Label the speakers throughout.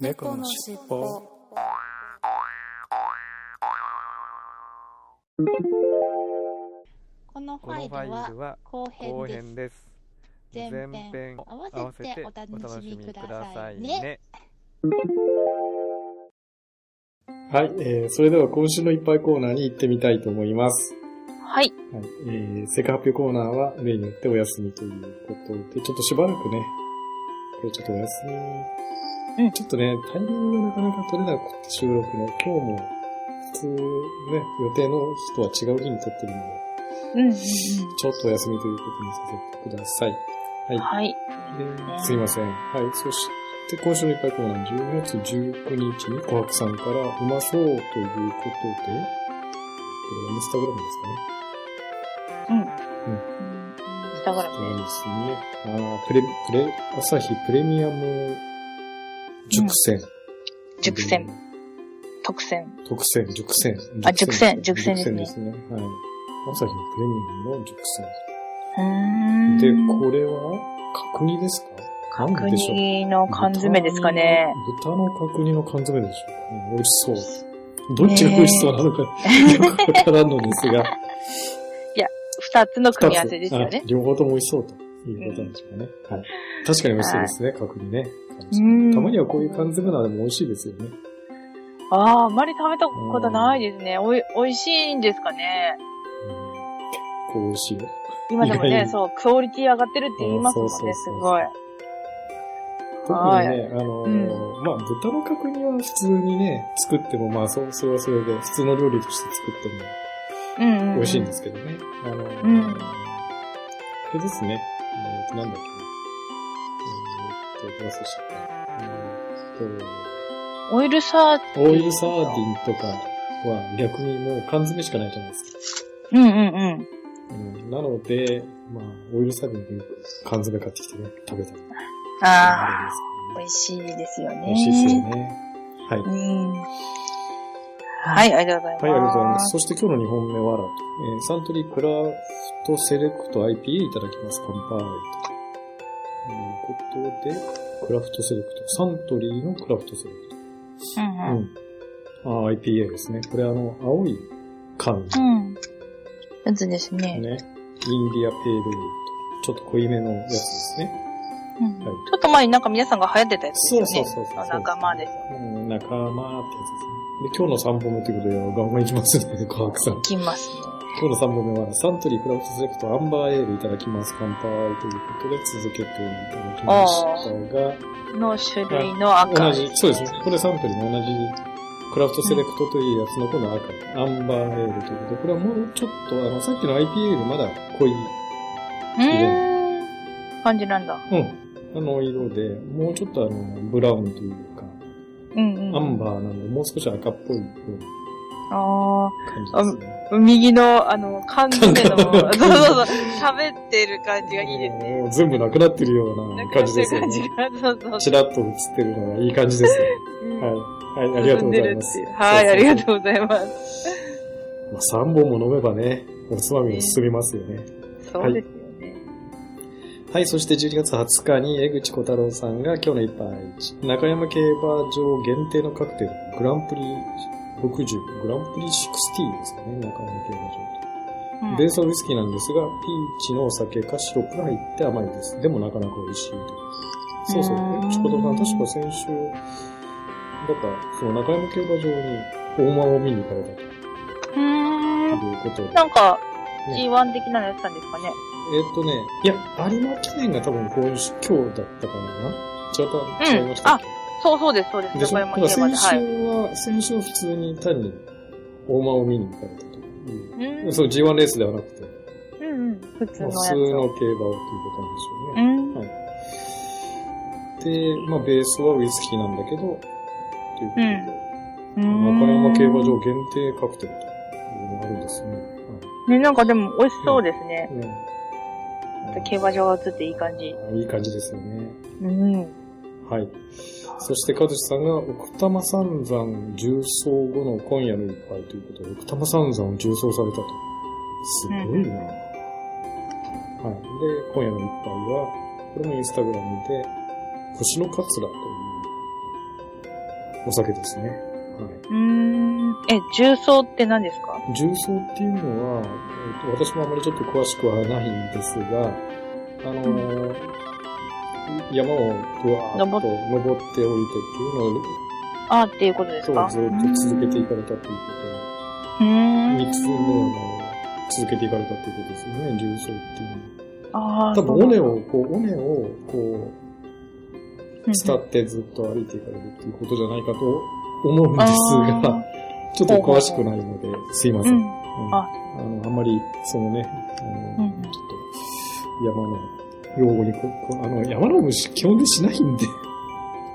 Speaker 1: 猫のしっぽ。
Speaker 2: このフ
Speaker 3: こ
Speaker 2: ァ
Speaker 3: のフ
Speaker 2: イ
Speaker 3: ァ
Speaker 2: ル
Speaker 3: イル
Speaker 2: は
Speaker 3: は
Speaker 2: 後
Speaker 3: 後
Speaker 2: 編
Speaker 3: 編
Speaker 2: です。
Speaker 3: です。
Speaker 2: 前編
Speaker 3: を
Speaker 2: 合わせてお楽しみくださいね。
Speaker 1: はい、えー、それでは今週のいっぱいコーナーに行ってみたいと思います。
Speaker 2: はい。
Speaker 1: はい、えー、成果発表コーナーは例によってお休みということで、ちょっとしばらくね、これちょっとお休み。
Speaker 2: うん
Speaker 1: ちょっとね、タイミングがなかなか取れなくて収録の、今日も普通ね、予定の日とは違う日に撮ってるので、
Speaker 2: うんうんうん。
Speaker 1: ちょっとお休みということにさせてください。
Speaker 2: はい。
Speaker 1: すいません。はい。そして、今週のいっぱいコーナー、12月19日に琥珀さんからうまそうということで、これはインスタグラムですかね。
Speaker 2: インスタグラ
Speaker 1: そうですね。ああ、プレ、プレ、朝日プレミアム熟選。
Speaker 2: 熟選、特選。
Speaker 1: 特選、熟選。
Speaker 2: あ熟選熟選ですね
Speaker 1: ですね。はい。朝日プレミアムの熟
Speaker 2: うーん。
Speaker 1: 選。で、これは、角煮ですか
Speaker 2: 角
Speaker 1: なんでしょう
Speaker 2: 煮の缶詰ですかね。
Speaker 1: 豚の角煮の缶詰でしょうかね。美味しそう。どっちが美味しそうなの か、よくわからんのですが。
Speaker 2: 二つの組み合わせですよ
Speaker 1: あ
Speaker 2: ね。
Speaker 1: 両方とも美味しそうということなんでしょうかね。はい。確かに美味しそうですね、角煮ね。
Speaker 2: うん
Speaker 1: たまにはこういう缶詰なども美味しいですよね。
Speaker 2: ああ、あんまり食べたことないですね。おい、美味しいんですかね。
Speaker 1: こう美味しいよ。
Speaker 2: 今でも
Speaker 1: 意外
Speaker 2: ね、
Speaker 1: に
Speaker 2: そう、クオリティ上がってるって言いますもん
Speaker 1: そうそう
Speaker 2: ね、
Speaker 1: そうそ
Speaker 2: す
Speaker 1: う
Speaker 2: ごい。
Speaker 1: 特
Speaker 2: は
Speaker 1: に
Speaker 2: い
Speaker 1: ね、あのーまあ、豚の角煮は普通にね、作っても、まあ、そ、それはそれで、普通の料理として作っても
Speaker 2: うんうんうん。
Speaker 1: 美味しいんですけどね。あのー、
Speaker 2: うん
Speaker 1: あれですね。えっと、なんだっけな。えっと、どうせしたえっ
Speaker 2: オイルサーテ
Speaker 1: と、オイルサーディンとかは逆にもう缶詰しかないじゃないですか。
Speaker 2: ィン。うんうん
Speaker 1: うん、なので、まあ、オイルサーディンってよく缶詰買ってきてね、食べたり。
Speaker 2: うん。ああ、美味しいですよね。
Speaker 1: 美味しいですよね。はい。はい、
Speaker 2: うん。はい、ありがとうございます。
Speaker 1: ありがとうございます。。そして今日の2本目はラと、えーサントリークラフトセレクト IPA いただきます。乾杯。ということで、クラフトセレクト。サントリーのクラフトセレクト。
Speaker 2: う
Speaker 1: うん。あー IPA ですね。これあの、青い缶ね。
Speaker 2: んうん。うん。やつですね。
Speaker 1: インディアペールエールと。ちょっと濃いめのやつですね。
Speaker 2: うん
Speaker 1: はい
Speaker 2: ちょっと前になんか皆さんが流行ってたやつです
Speaker 1: そう
Speaker 2: よね。
Speaker 1: そうそうそう
Speaker 2: 仲間ですよね。
Speaker 1: うん、仲間ってやつですね。で、今日の3本目ということで、ガンガンいきますね、川口さん。
Speaker 2: いきますね。
Speaker 1: 今日の3本目は、サントリークラフトセレクトアンバーエールいただきます。乾杯ということで続けていただきました
Speaker 2: の種類の
Speaker 1: が、
Speaker 2: 赤。
Speaker 1: 同じ、そうですね。これサントリーの同じ、クラフトセレクトというやつのこの赤、アンバーエールということで、これはもうちょっと、あの、さっきの IPA よりまだ濃い、
Speaker 2: うーん。感じなんだ。
Speaker 1: うん、あの色で、もうちょっとあの、ブラウンというか、
Speaker 2: うんうん。
Speaker 1: アンバーなので、もう少し赤っぽいよう
Speaker 2: ああ。
Speaker 1: な感じですね。
Speaker 2: 右の、あの、缶詰の、
Speaker 1: 缶
Speaker 2: そう
Speaker 1: 詰の
Speaker 2: そうそう、喋ってる感じがいいですね。
Speaker 1: もう全部なくなってるような感じ ですよね。
Speaker 2: なんかそういう感じが、そうそう
Speaker 1: チ
Speaker 2: そ
Speaker 1: ラッと映ってるのがいい感じですね。
Speaker 2: う。うん
Speaker 1: はい。はい、ありがとうございます
Speaker 2: 進んでるってう。はい、ありが
Speaker 1: う。
Speaker 2: とうございます。
Speaker 1: まあ、3本も飲めばね、おつまみも進みますよね。
Speaker 2: そうですよね。
Speaker 1: はい、そして12月20日に江口小太郎さんが今日の一杯一、中山競馬場限定のカクテル、グランプリ60、グランプリ60ですかね、中山競馬場と。
Speaker 2: うん
Speaker 1: ベースはウイスキーなんですが、ピーチのお酒かシロップが入って甘いです。でもなかなか美味しいというそうそう
Speaker 2: うー。ん
Speaker 1: チコトさん、確か先週、だから、その中山競馬場に大間を見に行かれたという
Speaker 2: うーん。
Speaker 1: ことで。
Speaker 2: なんか、
Speaker 1: ね
Speaker 2: G1 的なのやってたんですかね。
Speaker 1: えっ、とね、いや、有馬記念が多分今週、今日だったかな違った、違いましたっけ、
Speaker 2: そうそうです、そうです。
Speaker 1: でしょ
Speaker 2: 横
Speaker 1: だか
Speaker 2: 山
Speaker 1: ら
Speaker 2: 競馬で。
Speaker 1: 先週
Speaker 2: はい。
Speaker 1: は、先週は普通に単に大間を見に行かれたという。
Speaker 2: うん
Speaker 1: そう、G1 レースではなくて、
Speaker 2: うんうん。普通
Speaker 1: 普
Speaker 2: のや
Speaker 1: 通
Speaker 2: つ
Speaker 1: の
Speaker 2: を。
Speaker 1: 競馬をということなんでしょう
Speaker 2: う
Speaker 1: ね。
Speaker 2: ん。
Speaker 1: で、まあ、ベースはウイスキーなんだけど、ということで、
Speaker 2: う
Speaker 1: 中山競馬場
Speaker 2: ん。
Speaker 1: 限定カクテルというのがあるんですね。
Speaker 2: ね、なんかでも美味しそうですね。
Speaker 1: うんうん
Speaker 2: 競馬場が映っていい感じ。
Speaker 1: いい感じですよね。
Speaker 2: うん。
Speaker 1: はい。そして、かずしさんが、奥多摩三山重奏後の今夜の一杯ということで、奥多摩三山を重奏されたと。すごいな、
Speaker 2: うん
Speaker 1: はい。で、今夜の一杯は、これもインスタグラムで、星のカツラという、お酒ですね。はい。
Speaker 2: うーん。え、重曹って何ですか
Speaker 1: 重曹っていうのは、えーと私もあまりちょっと詳しくはないんですが、あのー山をぐわーっと登って降りてっていうのを、
Speaker 2: あーっていうことです
Speaker 1: 今
Speaker 2: か
Speaker 1: 日ずっと続けていかれたっていう
Speaker 2: うー
Speaker 1: こと、
Speaker 2: ん。
Speaker 1: 三つ目の続けていかれたっていうことですよね、重曹っていうのは。
Speaker 2: ああ。
Speaker 1: 多分、尾
Speaker 2: そう
Speaker 1: 根を、こう、尾根を、こ
Speaker 2: うん
Speaker 1: う、伝ってずっと歩いていかれるっていうことじゃないかと思うんですが、ちょっと詳しくないので、すいま
Speaker 2: う
Speaker 1: せん。
Speaker 2: ん。
Speaker 1: うん
Speaker 2: あ
Speaker 1: あの、あんまり、そのね、あの、
Speaker 2: うん
Speaker 1: ちょっと、山の、用語にこ、こあの、山の虫、基本でしないんで、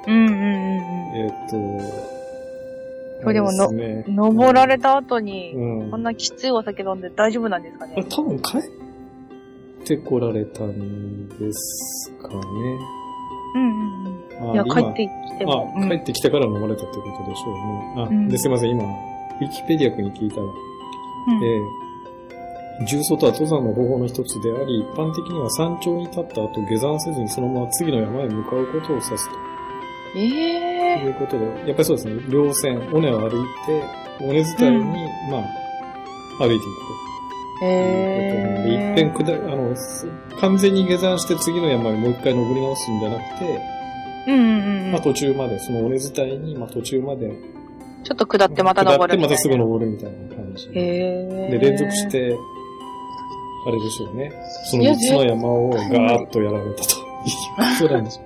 Speaker 2: うんうんうん
Speaker 1: えーっと、
Speaker 2: これでもの
Speaker 1: あです
Speaker 2: う
Speaker 1: ね、
Speaker 2: ん。登られた後に、
Speaker 1: うん。
Speaker 2: こん
Speaker 1: あ
Speaker 2: なきついお酒飲んで大丈夫なんですかね
Speaker 1: 多分帰ってこられたんですかね。
Speaker 2: うんうんうん。
Speaker 1: あ
Speaker 2: いや、
Speaker 1: 今
Speaker 2: 帰ってきても。
Speaker 1: あ、帰ってきたから飲まれたってことでしょうね。あ、
Speaker 2: うん
Speaker 1: ですいません、今、ウィキペディア君に聞いたら、
Speaker 2: うんうん
Speaker 1: えー重曹とは登山の方法の一つであり、一般的には山頂に立った後、下山せずにそのまま次の山へ向かうことを指すと
Speaker 2: ええ
Speaker 1: いうことで、やっぱりそうですね、稜線、尾根を歩いて、尾根伝いに、
Speaker 2: うん
Speaker 1: まあ、歩いていく
Speaker 2: ー。
Speaker 1: ということなので、一遍
Speaker 2: え
Speaker 1: 下り、あの、す完全に下山して次の山へもう一回登り直すんじゃなくて、
Speaker 2: ー。うんうんう
Speaker 1: ま
Speaker 2: ん
Speaker 1: あ。途中まで、その尾根伝いに、まあ途中まで、
Speaker 2: ちょっと下ってまた登る
Speaker 1: 下って
Speaker 2: み
Speaker 1: ま
Speaker 2: た
Speaker 1: た
Speaker 2: いな。
Speaker 1: すぐ登るみたいな感じ。
Speaker 2: へえ。
Speaker 1: で、連続し。て、あれでしょうね。その
Speaker 2: いや
Speaker 1: 3つの山をガーッとやられたと。 そうなんでしょう。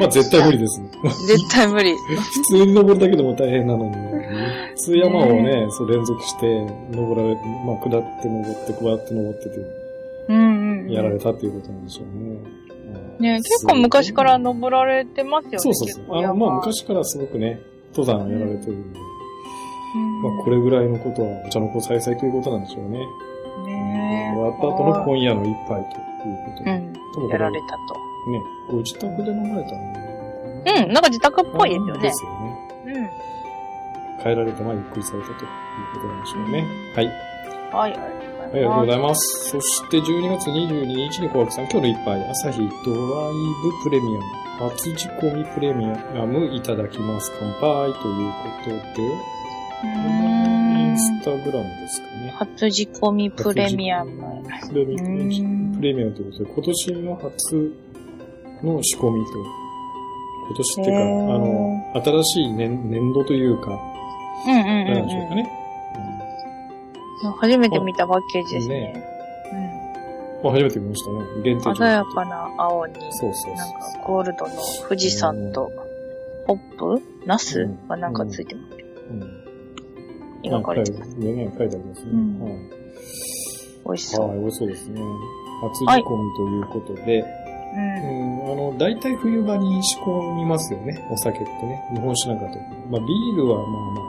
Speaker 1: まあ絶対無理ですね。
Speaker 2: 絶対無理。
Speaker 1: 普通に登るだけでも大変なのに、普通山をね、そう連続して登られ、まあ下って登って、下って登ってて、
Speaker 2: うんうん。
Speaker 1: やられたっていうことなんでしょうね。
Speaker 2: ね結構昔から登られてますよね。
Speaker 1: そうそうそ
Speaker 2: 結
Speaker 1: う。
Speaker 2: 構
Speaker 1: あの、
Speaker 2: 山
Speaker 1: まあ昔からすごくね、登山をやられてるんで、
Speaker 2: うん
Speaker 1: まあこれぐらいのことはお茶の子再々ということなんでしょうね。
Speaker 2: ねえ
Speaker 1: 終わった後の今夜の一杯ということ
Speaker 2: う
Speaker 1: で。
Speaker 2: ん。
Speaker 1: 多分これ
Speaker 2: やられたと。
Speaker 1: ね、ご自宅で飲まれたんで。
Speaker 2: うん、なんか自宅っぽいですよね
Speaker 1: で。すよね。
Speaker 2: うん。
Speaker 1: 帰られてまあゆっくりされたということなんでしょうね。はい。
Speaker 2: はい、あ
Speaker 1: あ
Speaker 2: り
Speaker 1: りが
Speaker 2: が
Speaker 1: と
Speaker 2: と
Speaker 1: う
Speaker 2: う
Speaker 1: ご
Speaker 2: ございます。
Speaker 1: ざいます。そして12月22日に小涌さん、今日の一杯、朝日ドライブプレミアム、初仕込みプレミアムいただきます。乾杯ということで、インスタグラムですかね。
Speaker 2: 初仕込みプレミアム。
Speaker 1: プレミ
Speaker 2: う
Speaker 1: アム、プ
Speaker 2: ん
Speaker 1: レミアムということで、今年の初の仕込みと、今年っていうか、
Speaker 2: へ
Speaker 1: あ
Speaker 2: ー
Speaker 1: の、新しい年年度というか、
Speaker 2: うんうん
Speaker 1: なんでしょうか
Speaker 2: うん
Speaker 1: ね。
Speaker 2: うん。初めて見たパッケージですね
Speaker 1: ね。うんあ初めて見ましたね。限定
Speaker 2: う
Speaker 1: 情報
Speaker 2: ん鮮やかな青に、
Speaker 1: そうそう
Speaker 2: なん
Speaker 1: そ
Speaker 2: かゴールドの富士山と、ホップナスがなんかついてます。
Speaker 1: う。うん。
Speaker 2: 描かれてます。
Speaker 1: す。ね、書いてありますね。
Speaker 2: うん
Speaker 1: はい。
Speaker 2: 美味しそう。
Speaker 1: はい、美味しそうですね。初仕込みということで、
Speaker 2: うん。
Speaker 1: うん、あの、大体冬場に仕込みますよね、お酒ってね。日本酒なんかと。まあ、ビールはまあまあ、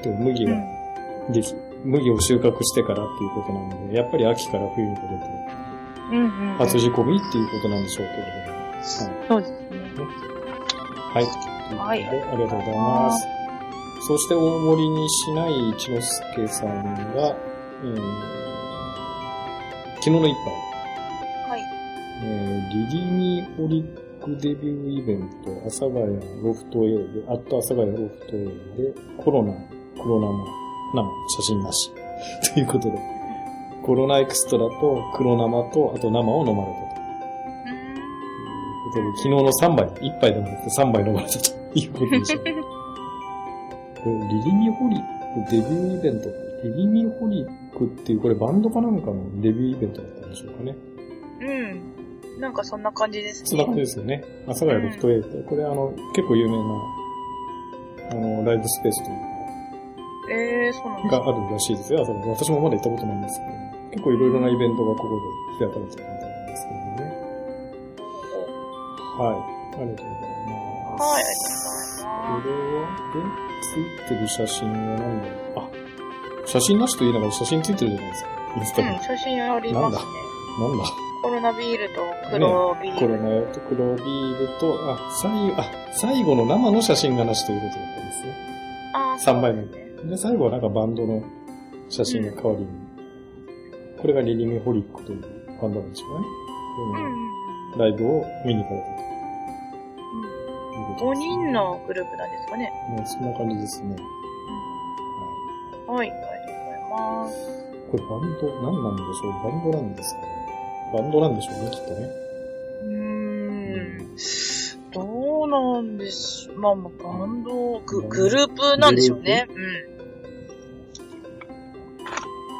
Speaker 1: その、でも麦ができ、麦を収穫してからっていうことなので、やっぱり秋から冬にかけて、
Speaker 2: うんうんうん。
Speaker 1: 初仕込みっていうことなんでしょうけれども。
Speaker 2: そうですね。
Speaker 1: はい。
Speaker 2: はい
Speaker 1: ということでありがとうございます。そして大盛りにしない一之輔さんが、うん、昨日の一杯、
Speaker 2: はい。
Speaker 1: えー、リリミオリックデビューイベント、阿佐ヶ谷ロフト A で、アット阿佐ヶ谷ロフト A で、コロナ、コロナマ、生、写真なし。ということで、コロナエクストラと黒生と、あと生を飲まれたと。ということで、昨日の3杯、1杯でもなくて3杯飲まれたということでしょう。これ、リリミホリックデビューイベント。リリミホリックっていう、これバンドかなんかのデビューイベントだったんでしょうかね。
Speaker 2: うん。なんかそんな感じですね。
Speaker 1: そんな感じですよね。阿佐ヶ谷ロフト A って、これあの、結構有名な、あの、ライブスペースという
Speaker 2: えー、そうなんです
Speaker 1: かがあるらしいですよ。阿佐ヶ谷私もまだ行ったことないんですけど、結構いろいろなイベントがここで開かれてるみたいなんですけどね。はい。ありがとうございます。
Speaker 2: はい、
Speaker 1: これは、で、ついてる写真は何だろう。あ、写真なしと言いながら写真ついてるじゃないですか。インスタに。
Speaker 2: うん、写真ありますね
Speaker 1: な。なんだ
Speaker 2: コロナビールと黒ビー
Speaker 1: こ
Speaker 2: ル。
Speaker 1: れね、黒ビールと、あ、最後、あ、最後の生の写真がなしということだったんですね。
Speaker 2: あー
Speaker 1: 三枚目
Speaker 2: そうですね
Speaker 1: で、最後はなんかバンドの写真が代わりに。これがリリミホリックというバンドなんでしょうかね。
Speaker 2: うん
Speaker 1: う
Speaker 2: うんん
Speaker 1: ライブを見に行かれたという
Speaker 2: うん。
Speaker 1: ことじで
Speaker 2: 5
Speaker 1: すね。
Speaker 2: 人のグループなんですかね。
Speaker 1: ね、そんな感じですね。はい。
Speaker 2: はい、ありがとうございます。
Speaker 1: これバンド、何なんでしょうバンドなんですかねバンドなんでしょうね、きっとね。
Speaker 2: うーん、どうなんでしょう。まあまあ、バンド、ググループなんでしょうね。うん。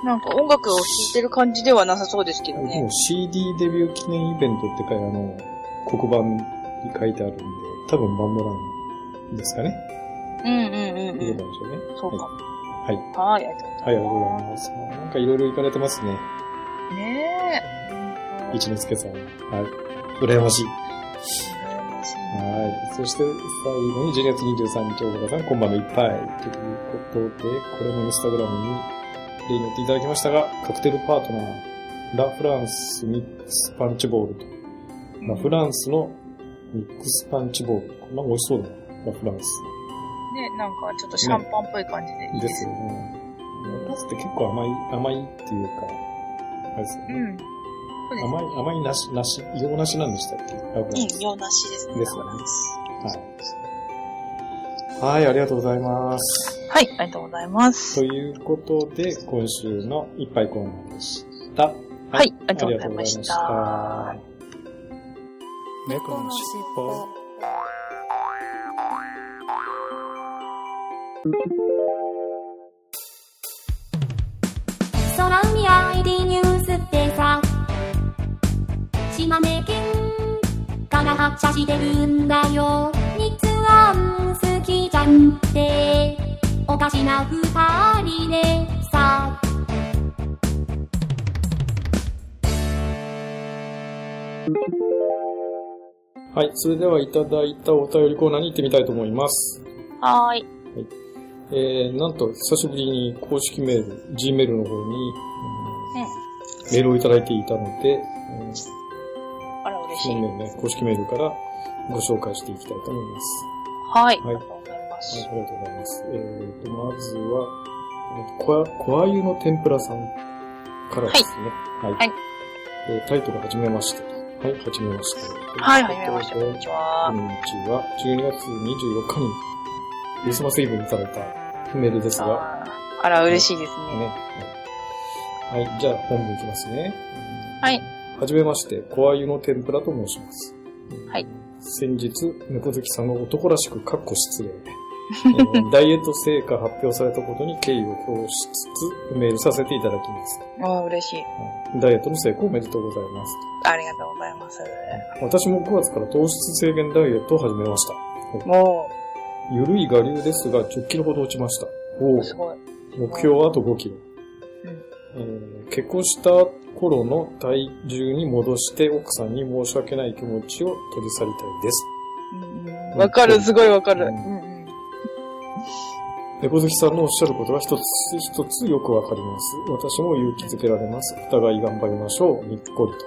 Speaker 2: なんか音楽を弾いてる感じではなさそうですけど
Speaker 1: で
Speaker 2: ね。
Speaker 1: も CD デビュー記念イベントって書いあの、黒板に書いてあるんで、多分バンドなんですかね。
Speaker 2: うんうんうん
Speaker 1: といううんこ。となんでしょうね。
Speaker 2: そうかも。
Speaker 1: はい。
Speaker 2: はい、ありがとう
Speaker 1: はい、ありがとうございます。なんかいろいろ行かれてますね。
Speaker 2: ねえ。
Speaker 1: 一之輔さん。はい。羨ましい。
Speaker 2: 羨ましい
Speaker 1: はい。そして、最後に12月23日、大阪さん、こんばんのいっぱい。ということで、これもインスタグラムに例に載っていただきましたが、カクテルパートナー、ラ・フランスミックスパンチボールと。ラ・フランスのミックスパンチボール。こんなの美味しそうだな。ラ・フランス。
Speaker 2: ね、なんかちょっとシャンパンっぽい感じでいい
Speaker 1: で
Speaker 2: ですす。
Speaker 1: よね。ラ・フランスって結構甘い、甘いっていうか、あれですよ
Speaker 2: う
Speaker 1: ね。
Speaker 2: ん。そうです
Speaker 1: 甘い、甘い梨、梨、洋梨なんでしたっけラ・フランス。
Speaker 2: いい洋梨ですね。
Speaker 1: ですよね
Speaker 2: ラフランス
Speaker 1: はい。はい、ありがとうございます。
Speaker 2: はい、ありがとうございます。
Speaker 1: と
Speaker 2: はい
Speaker 1: いうことで、今週の一杯コーナーでした。はい、
Speaker 2: い、ありがとうございまし
Speaker 1: あり
Speaker 2: た。
Speaker 1: がとうございました。猫のしっぽ。
Speaker 3: 空海 ID ニュースでさ島根県から発車してるんだよ日安好きじゃんっておかしな二人でさ
Speaker 1: はい、それではいただいたお便りコーナーに行ってみたいと思います。
Speaker 2: はーい。
Speaker 1: えー、なんと、久しぶりに公式メール、G メールの方に、うん
Speaker 2: うん
Speaker 1: メールをいただいていたので、うん
Speaker 2: あら、嬉し
Speaker 1: そ
Speaker 2: い。
Speaker 1: のメールね、公式メールからご紹介していきたいと思います。
Speaker 2: はい、あ
Speaker 1: はい
Speaker 2: りがとうございま
Speaker 1: はい、
Speaker 2: す。
Speaker 1: ありがとうございます。えー、と、まずは、こわ、こわゆの天ぷらさんからですね。はい。
Speaker 2: はい
Speaker 1: えータイトル、はじめまして。はい、はじめまして。
Speaker 2: はい、はじめまして、
Speaker 1: と
Speaker 2: こ
Speaker 1: いうんこ
Speaker 2: に
Speaker 1: と
Speaker 2: ち
Speaker 1: で
Speaker 2: は。
Speaker 1: こんにちは。12月24日に、クリスマスイブにいただいたメールですが、
Speaker 2: あーあら、嬉しいです
Speaker 1: ね。
Speaker 2: ね。
Speaker 1: はい、はいじゃあ本文いきますね。
Speaker 2: はい。
Speaker 1: はじめまして、小あゆの天ぷらと申します。
Speaker 2: はい。
Speaker 1: 先日、猫好きさんが男らしく、かっこ失 礼。えーダイエット成果発表されたことに敬意を表しつつ、メールさせていただきます。
Speaker 2: おー、嬉しい。
Speaker 1: はいダイエットの成功おめでとうございます。
Speaker 2: ありがとうございます。
Speaker 1: 私も9月から糖質制限ダイエットを始めました。
Speaker 2: も
Speaker 1: ゆるい我流ですが、10キロほど落ちました。お
Speaker 2: う、
Speaker 1: お
Speaker 2: すごい。
Speaker 1: 目標はあと5キロ。
Speaker 2: うん
Speaker 1: えー結婚した頃の体重に戻して奥さんに申し訳ない気持ちを取り去りたいです。
Speaker 2: うんうんわかる、すごいわかる。
Speaker 1: う
Speaker 2: うんんうん。
Speaker 1: 猫好きさんのおっしゃることが一つ一つよくわかります。私も勇気づけられます。お互い頑張りましょう。にっこりと。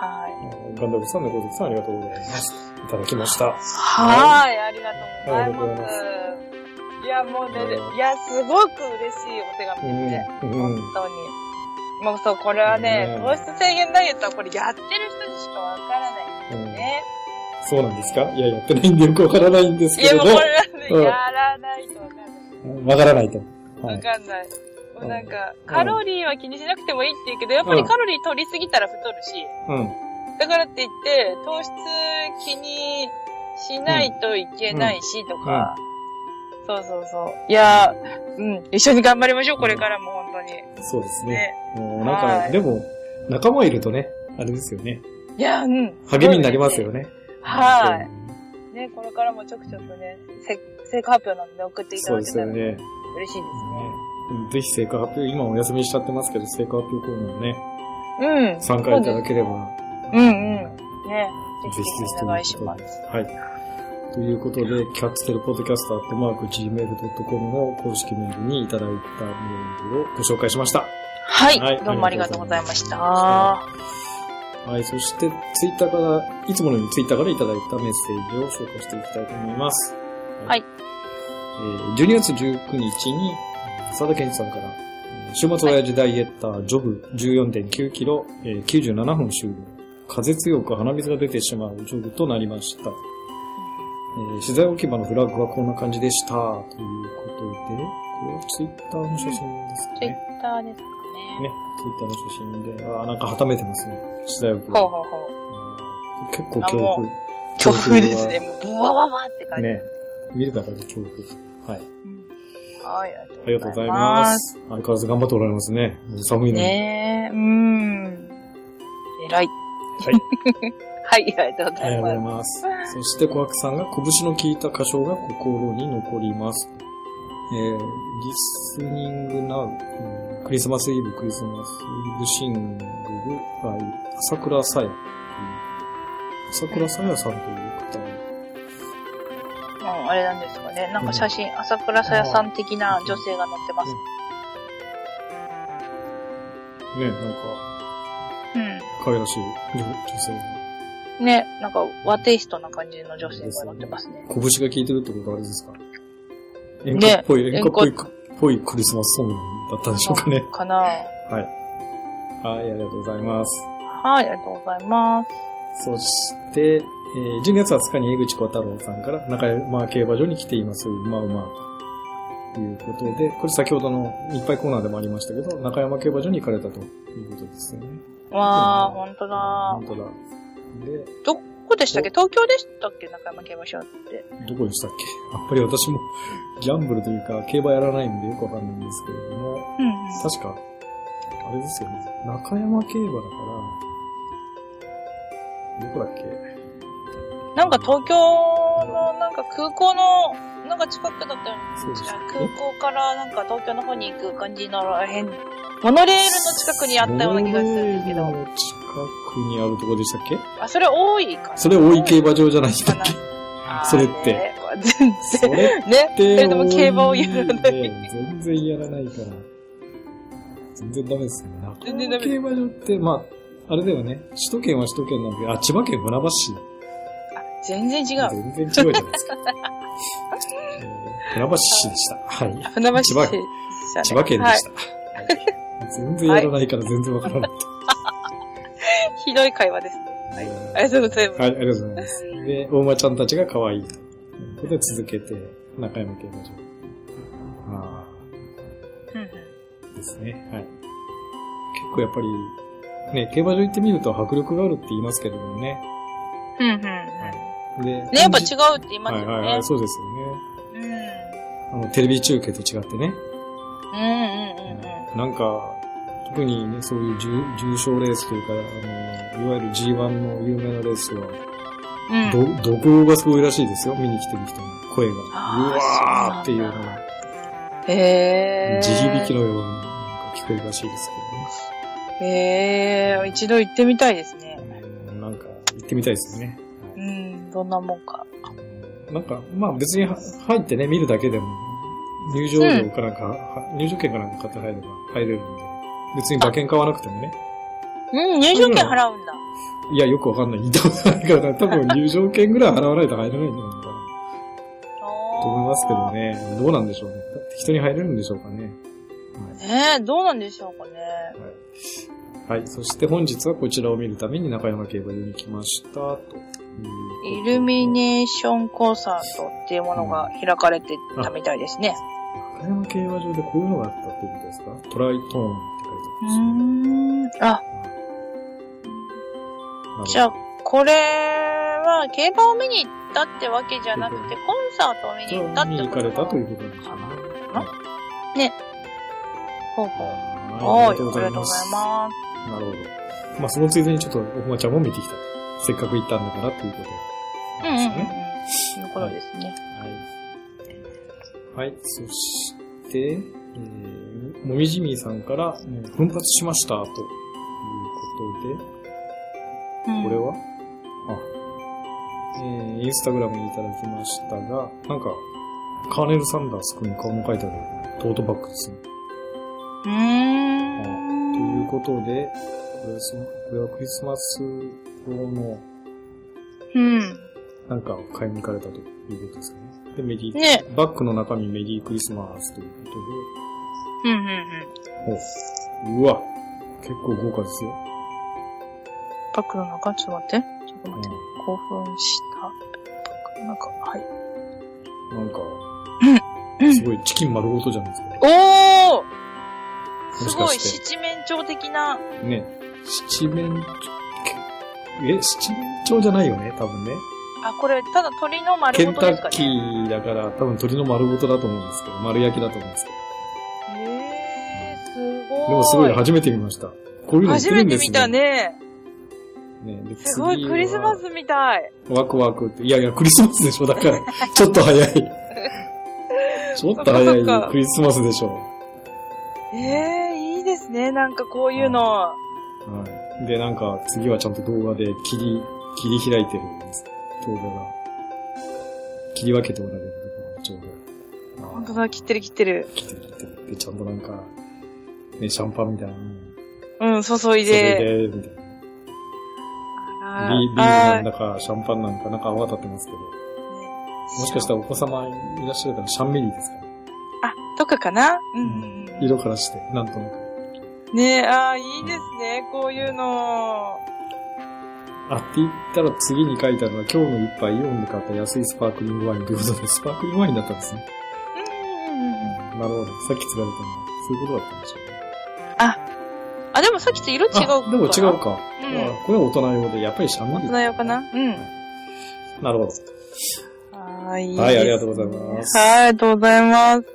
Speaker 2: はい。
Speaker 1: えーガンダムさん、猫好きさんありがとうございます。いただきました。
Speaker 2: はーい、ありがとうござい
Speaker 1: ありがとうござい
Speaker 2: ま。
Speaker 1: ます
Speaker 2: いや、もうね、いや、すごく嬉しいお手紙
Speaker 1: う
Speaker 2: ですね。
Speaker 1: ん。うん。
Speaker 2: 本当に。もうそう、これは
Speaker 1: ね、
Speaker 2: ね糖質制限ダイエットはこれやってる人にしかわからない
Speaker 1: うん
Speaker 2: ね。
Speaker 1: そうなんですかいや、やってないんでよくわからないんです
Speaker 2: い
Speaker 1: けれ
Speaker 2: や、
Speaker 1: ど
Speaker 2: もうこ、れはね、
Speaker 1: うん
Speaker 2: やらないとわかんな。
Speaker 1: うんわからないと。はい
Speaker 2: わ
Speaker 1: い。
Speaker 2: かんない。もうなんか、
Speaker 1: ん
Speaker 2: カロリーは気にしなくてもいいって言うけど、やっぱ
Speaker 1: う
Speaker 2: り
Speaker 1: ん
Speaker 2: カロリー取りすぎたら太るし、
Speaker 1: うん。
Speaker 2: だからって言って、糖質気にしないといけないし、とか、そうそうそう。いやー、うん、一緒に頑張りましょう、これからも、本当に。
Speaker 1: そうですね。
Speaker 2: ね。
Speaker 1: もうなん
Speaker 2: は
Speaker 1: か、
Speaker 2: い
Speaker 1: でも、仲間いるとね、あれですよね。
Speaker 2: いやー、うん。
Speaker 1: 励みになりますよね。
Speaker 2: はい。ね、これからもちょくちょくね、せ成果発表なんで送っていた
Speaker 1: そう
Speaker 2: だ
Speaker 1: で
Speaker 2: け
Speaker 1: す
Speaker 2: た
Speaker 1: よ
Speaker 2: ら嬉しい
Speaker 1: ね。
Speaker 2: ですね。
Speaker 1: うんぜひ成果発表、今お休みしちゃってますけど、成果発表コーナーもね、
Speaker 2: うん。
Speaker 1: 参加いただければ。
Speaker 2: うんうん。ね、
Speaker 1: ぜひぜ
Speaker 2: ぜひ
Speaker 1: ひと
Speaker 2: お願いし
Speaker 1: うこ
Speaker 2: ま
Speaker 1: と
Speaker 2: す。
Speaker 1: ではい。ということで、キャッツテルポッドキャストアットマーク gmail.com の公式メールにいただいたメールをご紹介しました。
Speaker 2: はい、
Speaker 1: はい
Speaker 2: どうもありがとうございました。
Speaker 1: あ
Speaker 2: は
Speaker 1: はい。そして、ツイッターから、いつものようにツイッターからいただいたメッセージを紹介していきたいと思います。
Speaker 2: はい。
Speaker 1: えー12月19日に、佐田健二さんから、えー週末親父ダイエッター、ジョブ14.9キロ、えー97分終了。風強く鼻水が出てしまうジョブとなりました。ええー資材置き場のフラッグはこんな感じでした。ということで、これはツイッターの写真ですか
Speaker 2: ツイッ
Speaker 1: ね。
Speaker 2: ターですかね。
Speaker 1: ね、ツイッターの写真で、あーなんかはためてますね。資材置き
Speaker 2: ほう
Speaker 1: 場。
Speaker 2: ほうほう。
Speaker 1: うん結構強
Speaker 2: あも
Speaker 1: 風
Speaker 2: う。強風ですね。もう、ブワワワって感じ。
Speaker 1: ね。見るだけで恐怖。はい。
Speaker 2: うんはい、あ
Speaker 1: ありがとうございます。。相変わらず頑張っておられますね。寒いのに。
Speaker 2: ねえ、うん。偉
Speaker 1: は
Speaker 2: い。
Speaker 1: い。
Speaker 2: はい、ありがとうご
Speaker 1: あ
Speaker 2: ざ
Speaker 1: りが
Speaker 2: い
Speaker 1: とうござい
Speaker 2: ま
Speaker 1: ます。そして、小悪さんが拳の効いた箇所が心に残ります。えー、リスニングナウ、うんクリスマスイブ、クリスマスイブシングル、バイ、朝倉さや。うん朝倉さやさんという
Speaker 2: す。うん、あれなんですかね。なんか写真、朝倉さやさん的な女性が載ってます。
Speaker 1: 方、ね、なんか、
Speaker 2: う
Speaker 1: 可愛らしい女女性が。
Speaker 2: ん。ね、なんか和テイストな感じの女性が載ってますね。
Speaker 1: 拳が効いてるってことはあれですか演歌っぽい、演歌っぽい、ぽいクリスマスソングだったんでしょうかね。
Speaker 2: かなはい、
Speaker 1: はい。はい、ありがとうございます。
Speaker 2: ありがとうございます。
Speaker 1: そして、えー12月20日に江口小太郎さんから中山競馬場に来ています。うまうま。ということで、これ先ほどのいっぱいコーナーでもありましたけど、中山競馬場に行かれたということですよね。
Speaker 2: わあ、ほんとだ
Speaker 1: 本。当だ。で、
Speaker 2: どこでしたっけ東京でしたっけ中山競馬場って。
Speaker 1: どこでしたっけ やっぱり私もギャンブルというか、競馬やらないんでよくわかんないんですけれども、
Speaker 2: うん、うん。
Speaker 1: 確か、あれですよね。中山競馬だから、どこだっけ
Speaker 2: なんか東京のなんか空港のなんか近くだったよね。
Speaker 1: そうです
Speaker 2: 空港からなんか東京の方に行く感じのらへん。モノレールの近くにあったような気がするんですけ
Speaker 1: モノレ
Speaker 2: ど。
Speaker 1: ールの近くにあるとこでしたっけ
Speaker 2: あ、それ多いかな。
Speaker 1: それ大井競馬場じゃないんだっけ
Speaker 2: あー
Speaker 1: それって
Speaker 2: ね全
Speaker 1: それっ
Speaker 2: 然。ね。
Speaker 1: て
Speaker 2: それでも競馬をやらない
Speaker 1: 多いんで全然やらないから。全然ダメですね。
Speaker 2: 全然ダメ
Speaker 1: 競馬場って、まあ、あれだよね。首都圏は首都圏なんだけど、あ、千葉県船橋。
Speaker 2: 全然違う。
Speaker 1: 全然違うじゃないですか。えー船橋市でした。はい。
Speaker 2: 船橋市
Speaker 1: 千葉
Speaker 2: でしたね
Speaker 1: 千葉県で
Speaker 2: はい
Speaker 1: し。た。はい全然やらないから全然わからなかっ
Speaker 2: ひどい会話ですね。
Speaker 1: た。はい。
Speaker 2: ありがとうございます。
Speaker 1: はい、ありがとうございます。で、大間ちゃんたちが可愛いということで続けて、中山競馬場。あ
Speaker 2: うんうん
Speaker 1: あ、ですね。はい。結構やっぱり、ね、競馬場行ってみると迫力があるって言いますけれどもね。
Speaker 2: うんうんうん。
Speaker 1: で、
Speaker 2: ね、やっぱ違
Speaker 1: う
Speaker 2: うって言います
Speaker 1: はいは
Speaker 2: よ
Speaker 1: いは
Speaker 2: ね
Speaker 1: い、。そうですよ
Speaker 2: うん。うん
Speaker 1: ね。あの、テレビ中継と違ってね。
Speaker 2: うんうんうん。
Speaker 1: なんか、特にね、そういう重重賞レースというか、あの、いわゆる G1 の有名なレースは、
Speaker 2: うん
Speaker 1: ど、怒号がすごいらしいですよ。見に来てる人の声が。うわー
Speaker 2: あ
Speaker 1: っ
Speaker 2: ーそ
Speaker 1: て
Speaker 2: う
Speaker 1: い
Speaker 2: な
Speaker 1: うん
Speaker 2: だ
Speaker 1: のが。
Speaker 2: へえ。
Speaker 1: 地響きのようになんか聞こえるらしいです
Speaker 2: へえ、一度行ってみたいです
Speaker 1: け
Speaker 2: ね
Speaker 1: ど。ね。うんなんか、行ってみたいですよね。
Speaker 2: うん、どんなもんか。
Speaker 1: なんか、まあ別には入ってね、見るだけでも、入場料かなんか、は入場券かなんか買って入れば入れるんで、別に馬券買わなくてもね。
Speaker 2: うん、入場券払うんだ。
Speaker 1: いや、よくわかんない。行ったことないから、多分入場券ぐらい払わないと入らないんじゃないかな。と思いますけど
Speaker 2: ね。
Speaker 1: ね。どうなんでしょうね。適当に入れるんでしょうかね。
Speaker 2: ねえ、どうなんでしょうかね。
Speaker 1: はい。そして本日はこちらを見るために中山競馬場に来ました、という
Speaker 2: イルミネーションコンサートっていうものが開かれてたみたいですね。
Speaker 1: 中山競馬場でこういうのがあったっていうことですかトライトーンって書いて
Speaker 2: う
Speaker 1: あるんで
Speaker 2: ーん。あ、
Speaker 1: す
Speaker 2: じゃあ、これは競馬を見に行ったってわけじゃなくて、コンサートを見に行った
Speaker 1: あ、
Speaker 2: って
Speaker 1: 見
Speaker 2: こと
Speaker 1: に行かれたということなんでしょうね。
Speaker 2: かほうほう。
Speaker 1: はい
Speaker 2: はい、ありがとうございます。
Speaker 1: なるほど。まあ、そのついでにちょっと、おふまちゃんも見てきたと。せっかく行ったんだからっていうこと
Speaker 2: うん
Speaker 1: なん
Speaker 2: う
Speaker 1: で
Speaker 2: ん
Speaker 1: す
Speaker 2: うん
Speaker 1: よね。。
Speaker 2: ということですね。
Speaker 1: はい。はい。そして、えー、もみじみーさんから、えー奮発しました、ということで、
Speaker 2: うん
Speaker 1: これは、あ、えー、インスタグラムにいただきましたが、なんか、カーネル・サンダース君の顔も書いてあるトートバッグですね。
Speaker 2: うー
Speaker 1: と
Speaker 2: ん。
Speaker 1: いうことで、これそのこれはクリスマス用の
Speaker 2: うん。
Speaker 1: なんかを買いに行かれたということですかね。で、メリー、
Speaker 2: ね。
Speaker 1: バッグの中身メリークリスマスというこ
Speaker 2: うんうんうん。
Speaker 1: とで、うわ、結構豪華ですよ。
Speaker 2: バッグの中、ちょっと待って。ちょっと待って。興奮した。なんか、はい。
Speaker 1: なんか
Speaker 2: う、ん
Speaker 1: すごいチキン丸ごとじゃないですか。
Speaker 2: お
Speaker 1: も
Speaker 2: ーす
Speaker 1: しか
Speaker 2: ごい
Speaker 1: して
Speaker 2: 七面鳥的な。
Speaker 1: ね。七面鳥、え、七面鳥じゃないよね、多分ね。
Speaker 2: あ、これ、ただ鳥の丸
Speaker 1: ケ
Speaker 2: ご
Speaker 1: ン
Speaker 2: と
Speaker 1: タ
Speaker 2: ですか
Speaker 1: ッキ
Speaker 2: ね。
Speaker 1: ーだから、多分鳥の丸ごとだと思うんですけど、丸焼きだと思うんですけ
Speaker 2: えー、すごい。
Speaker 1: ど。でもすごい初めて見ました。こういうの来
Speaker 2: 初
Speaker 1: る
Speaker 2: め
Speaker 1: ん
Speaker 2: て
Speaker 1: で
Speaker 2: 見
Speaker 1: す
Speaker 2: た
Speaker 1: ね。
Speaker 2: ね。
Speaker 1: ねです
Speaker 2: ごいクリスマ。
Speaker 1: 次
Speaker 2: スみたい。
Speaker 1: はワクワクって。いやいや、クリスマスでしょ、だ から。ちょっと早い。ちょっと早
Speaker 2: そっかそっ
Speaker 1: い
Speaker 2: か
Speaker 1: クリスマスでしょ。
Speaker 2: ええいいですね。なんかこういうの。
Speaker 1: はい。で、なんか、次はちゃんと動画で切り、切り開いてるんです。動画が。切り分けておられるところ、ちょうど。
Speaker 2: 本当だ、切ってる切ってる。
Speaker 1: 切ってる、切ってる。で、ちゃんとなんか、ね、シャンパンみたいなのに。
Speaker 2: うん、注いで。
Speaker 1: 注いで、みたいな。ビ
Speaker 2: あ
Speaker 1: ビールな
Speaker 2: あ
Speaker 1: んだか、シャンパンなんか、なんか泡立ってますけど。もしかしたらお子様いらっしゃるから、シャンメリーですかね。
Speaker 2: あ、とかかなうん。
Speaker 1: 色からして、なんとなく。
Speaker 2: ねえ、ああ、いいですね。こういうの。
Speaker 1: あって言ったら次に書いてあるのは、今日の一杯イオンで買った安いスパークリングワインということで、スパークリングワインだったんですね。
Speaker 2: うん。
Speaker 1: なるほど。さっき釣られたのは、そういうことだったんでしょうね。
Speaker 2: あ、でもさっきと色違うか
Speaker 1: あでも違うか。
Speaker 2: う
Speaker 1: う
Speaker 2: ん
Speaker 1: わこれは大人用で、やっぱりシャンメリー。
Speaker 2: 大人用かなうん。
Speaker 1: なるほど。
Speaker 2: ああ、いいですね。
Speaker 1: はい、ありがとうございます。
Speaker 2: はい、ありがとうございます。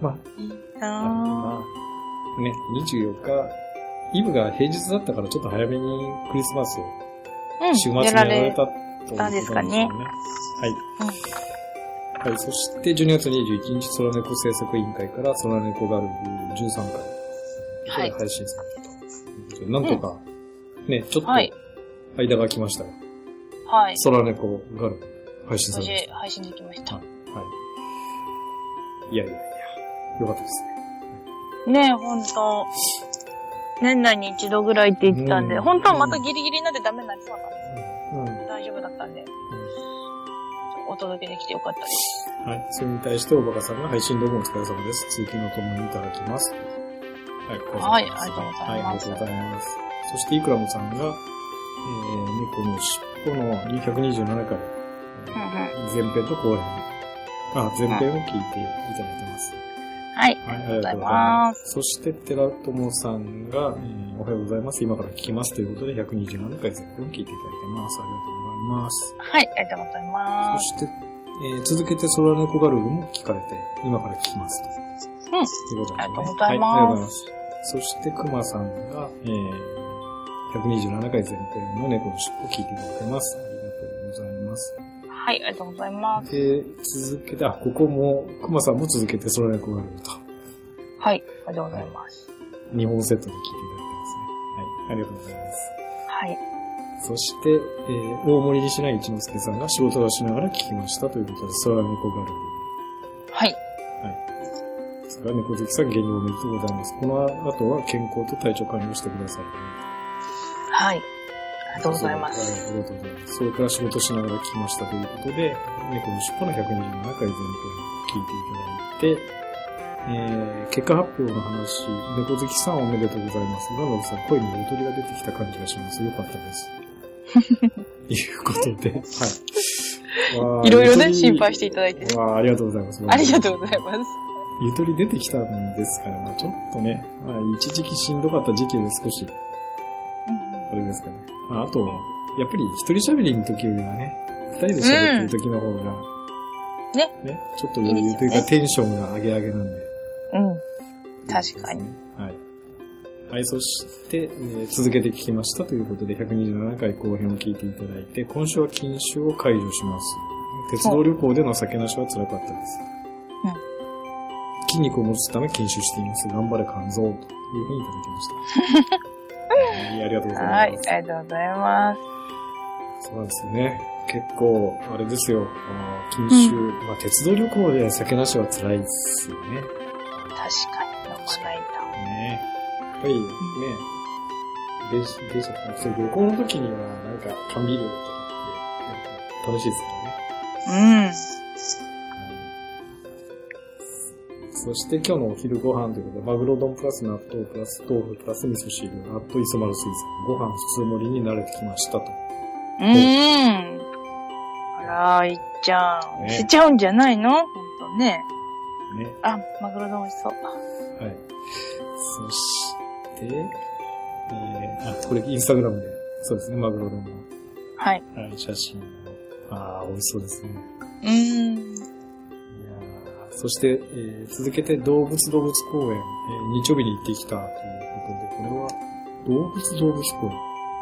Speaker 1: まあ
Speaker 2: いい
Speaker 1: ま
Speaker 2: な
Speaker 1: あね、24日、イブが平日だったからちょっと早めにクリスマスを、
Speaker 2: ぁ。うん、
Speaker 1: 週末にやられたということなんですよ
Speaker 2: や
Speaker 1: ね。はい。はい、そして12月21日、空猫制作委員会から空猫ガルビ13回、
Speaker 2: はい
Speaker 1: 配信されたということで。なんとか、ね、ちょっと
Speaker 2: はい
Speaker 1: 間が来ましたが、
Speaker 2: はい。
Speaker 1: 空猫ガルビ配信さ
Speaker 2: 無
Speaker 1: れま
Speaker 2: 事
Speaker 1: した。
Speaker 2: 配信できました。
Speaker 1: はい。いやいやいや、よかったですね。
Speaker 2: ねえ、ほんと。年内に一度ぐらいって言ってたんで、
Speaker 1: うん
Speaker 2: 本当はまたギリギリになってダメになりそうなんで
Speaker 1: うん。
Speaker 2: す。大丈夫だったんで。お届けできてよかったです。
Speaker 1: はい。それに対して、おばかさんが配信どうもお疲れ様です。通勤のともにいただきます。はい、ご
Speaker 2: はい
Speaker 1: 挨拶
Speaker 2: ありがとうございます
Speaker 1: はい、ありがとうございます。そして、いくらもさんが、えー、猫の尻尾の227回、
Speaker 2: うんうん。
Speaker 1: 前編と後編。あ、前編を聞いていただいてます。
Speaker 2: はい。
Speaker 1: はい、あり
Speaker 2: りが
Speaker 1: がとうご
Speaker 2: とうござ
Speaker 1: ざ
Speaker 2: い
Speaker 1: い
Speaker 2: ま
Speaker 1: ますす。そして、寺友さんが、えーおはようございます。今から聞きます。ということで、127回前編を聞いていただいてます。ありがとうございます。
Speaker 2: はい、ありがとうござい
Speaker 1: そ
Speaker 2: ます。
Speaker 1: して、えー続けて空猫ガルルも聞かれて、今から聞きますと。
Speaker 2: うん
Speaker 1: ということで、ね。
Speaker 2: ありがとうござい
Speaker 1: はありがとうござい
Speaker 2: ま
Speaker 1: ます。そして、熊さんが、えー、127回前編の猫の尻尾を聞いていただいてます。ありがとうございます。
Speaker 2: はい、ありがとうございます。
Speaker 1: で、続けて、あ、ここも、熊さんも続けて空猫ガルルと、
Speaker 2: はい、ありがとうございます。
Speaker 1: 2本セットで聞いていただいてますね。はい、ありがとうございます。
Speaker 2: はい。
Speaker 1: そして、えー大森西内一之輔さんが仕事をしながら聞きましたということで、空猫ガルル。
Speaker 2: はい。
Speaker 1: さすが猫好きさん、減量おめでとうございます。この後は健康と体調管理をしてください。あ
Speaker 2: はい。ありがとうございます。。
Speaker 1: ありがとうございます。それから仕事しながら聞きましたということで、猫の尻尾の127回全編聞いていただいて、えー、結果発表の話、猫好きさんおめでとうございます。なのでさん、声にゆとりが出てきた感じがします。よかった です。いうことで、はいわあ。
Speaker 2: いろい
Speaker 1: ゆ
Speaker 2: ろね
Speaker 1: とり
Speaker 2: 心配していただいて
Speaker 1: わあありがとうございます。
Speaker 2: ありがとうございます。
Speaker 1: ゆとり出てきたんですから、まあちょっとね、まあ一時期しんどかった時期で少し、あれですかね。まああと、やっぱり一人喋りの時よりはね、二人で喋ってる時の方が、
Speaker 2: ね。
Speaker 1: ね、ちょっと余
Speaker 2: いい
Speaker 1: 裕
Speaker 2: です
Speaker 1: と
Speaker 2: よ
Speaker 1: い
Speaker 2: ね
Speaker 1: うかテンションが上げ上げなんで。
Speaker 2: うん。うん。確かに。
Speaker 1: はい。はい、そして、えー続けて聞きましたということで、127回後編を聞いていただいて、今週は禁酒を解除します。鉄道旅行での酒なしは辛かったです。筋肉を持つため禁酒しています。頑張れ肝臓というふうにいただきま した。はい、ありがとうございます。
Speaker 2: はい、ありがとうございます。
Speaker 1: そうなんですよね。結構、あれですよ、あー禁酒、まあ、鉄道旅行で酒なしは辛いですよね。
Speaker 2: 確かに、飲まない
Speaker 1: ねやっぱりね、電車、電車とか、そう旅行の時には、なんか、缶ビールとかって、やっぱ楽しいですからね。
Speaker 2: と。
Speaker 1: そして今日のお昼ご飯ということで、マグロ丼プラス納豆プラス豆腐プラス味噌汁、納豆磯丸水産、ご飯普通盛りに慣れてきましたと。
Speaker 2: うん。うーん。あらああ、いっちゃう。
Speaker 1: ね
Speaker 2: しちゃうんじゃないのほんとね。
Speaker 1: ね。
Speaker 2: あ、マグロ丼美味しそう。
Speaker 1: はい。そして、えー、あ、これインスタグラムで、そうですね、マグロ丼の、
Speaker 2: はい。
Speaker 1: はい、写真を。ああ、美味しそうですね。
Speaker 2: うーん。
Speaker 1: いやーそして、えー続けて動物動物公園、えー日曜日に行ってきたということで、これは動物動物公園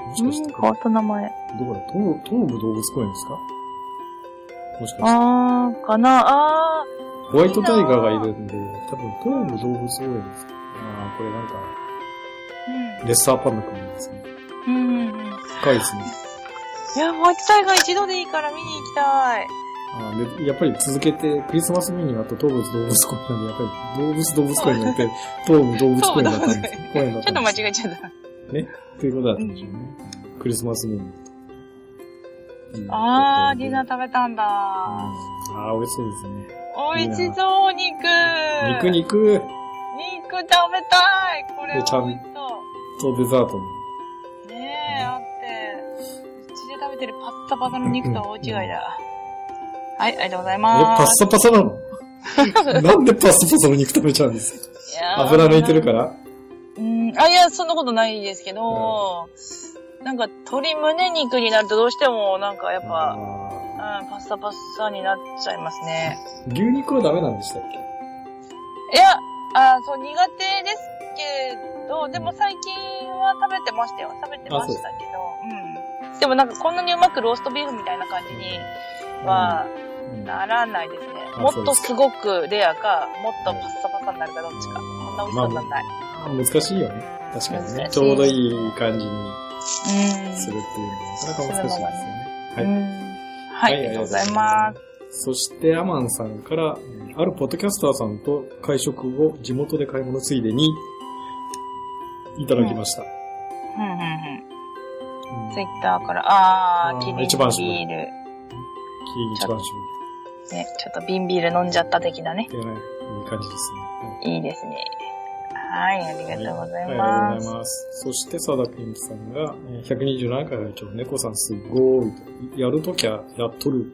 Speaker 1: もし
Speaker 2: う
Speaker 1: か
Speaker 2: ん、
Speaker 1: して
Speaker 2: 変
Speaker 1: こ
Speaker 2: わった名前。
Speaker 1: れ、どこだ東東武動物公園ですかもしかして、
Speaker 2: あー、かな、あ
Speaker 1: ホワイトタイガーがいるんで、多分東武動物公園です。ああ、これなんか、
Speaker 2: ー。
Speaker 1: レッサーパンダくんですね。
Speaker 2: うん。うんうんうん。
Speaker 1: 深いですね。
Speaker 2: いや、もう一回が一度でいいから見に行きたい。
Speaker 1: あーでやっぱり続けて、クリスマスミニあと東武動物公園なんで、やっぱり動物動物公園じゃなくて、東武動物公園だった んです。公園だっ
Speaker 2: ちょ
Speaker 1: た
Speaker 2: っ
Speaker 1: んで
Speaker 2: と間
Speaker 1: す。
Speaker 2: 違えちゃった。
Speaker 1: ということだったんでしょうね。クリスマスメニュー。
Speaker 2: あー、ディナー
Speaker 1: ー。
Speaker 2: 食べたんだ。
Speaker 1: あー、美味しそうですね。
Speaker 2: 美味しそう、肉。
Speaker 1: 肉肉
Speaker 2: 肉食べたい。これは美
Speaker 1: で
Speaker 2: 味し
Speaker 1: ちゃん
Speaker 2: そ
Speaker 1: とデザート
Speaker 2: う。ねえ、あって。うちで食べてるパッサパサの肉とは大違いだ。はい、ありがとうござい
Speaker 1: え、
Speaker 2: ま
Speaker 1: パッ
Speaker 2: す。
Speaker 1: サパサな のなんでパッサパサの肉食べちゃうんですか
Speaker 2: いやー
Speaker 1: 油抜いてるから
Speaker 2: うん、あ、いや、そんなことないですけど、なんか鶏胸肉になるとどうしても、なんかやっぱ、うん、
Speaker 1: あ
Speaker 2: パッサパッサになっちゃいますね。
Speaker 1: ー牛肉はダメなんでしたっけ
Speaker 2: いや、あそう、苦手ですけど、でも最近は食べてましたよ。食べてましたけど、うん。でもなんかこんなにうまくローストビーフみたいな感じには
Speaker 1: うん
Speaker 2: ならないですね。
Speaker 1: あ
Speaker 2: もっ
Speaker 1: そう
Speaker 2: と
Speaker 1: ですか
Speaker 2: すごくレアか、もっとパッサパサになるかどっちか。こんな美味しそうにならない。
Speaker 1: あー難しいよね。確かにね。
Speaker 2: 難しい
Speaker 1: ちょうどいい感じに
Speaker 2: うん
Speaker 1: するっていうのはなかなか難しいですよね。はい。
Speaker 2: はい、ありがとうございます。
Speaker 1: す。そして、アマンさんから、あるポッドキャスターさんと会食後、地元で買い物ついでに、いただきました。
Speaker 2: うんうんうん。
Speaker 1: うん
Speaker 2: ツイッターから、あ
Speaker 1: あ
Speaker 2: ー、
Speaker 1: ー
Speaker 2: キリンビ
Speaker 1: 一番搾り
Speaker 2: ー
Speaker 1: キ
Speaker 2: ル。
Speaker 1: リン一番搾
Speaker 2: ね、ちょっと瓶ビール飲んじゃった的なね。
Speaker 1: り。いない、いい感じですね。
Speaker 2: いいですね。はい、ありがとうござい
Speaker 1: はいありが
Speaker 2: ま
Speaker 1: とうご
Speaker 2: す
Speaker 1: ざ。います。そして、サダピンクさんが、えー127回会長、猫さんすごーいと。やるときゃやっとる。
Speaker 2: うんうん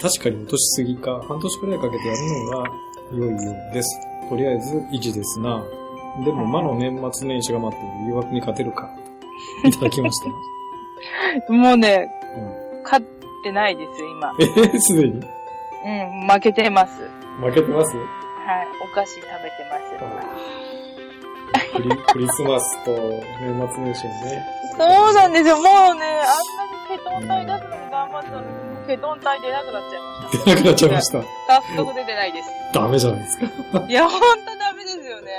Speaker 1: 確かに落としすぎか、半年くらいかけてやるのが良いようです。とりあえず維持ですな。でも、魔の年末年始が待っている誘惑に勝てるか。いただきました。
Speaker 2: もうね、
Speaker 1: うん、
Speaker 2: 勝ってないですよ、今。
Speaker 1: えーすでに
Speaker 2: うん、負けてます。はい、
Speaker 1: 負けてます
Speaker 2: お菓子食べてます。
Speaker 1: クリクリスマスと年末年始はね。
Speaker 2: そうなんですよ、もうね、あんなにケトン体出すのに頑張ったのに、ケトン体出なくなっちゃいまし
Speaker 1: 出なくなっちゃいました。
Speaker 2: た。早速出てないです。
Speaker 1: ダメじゃないですか。
Speaker 2: いや、ほんとダメですよね。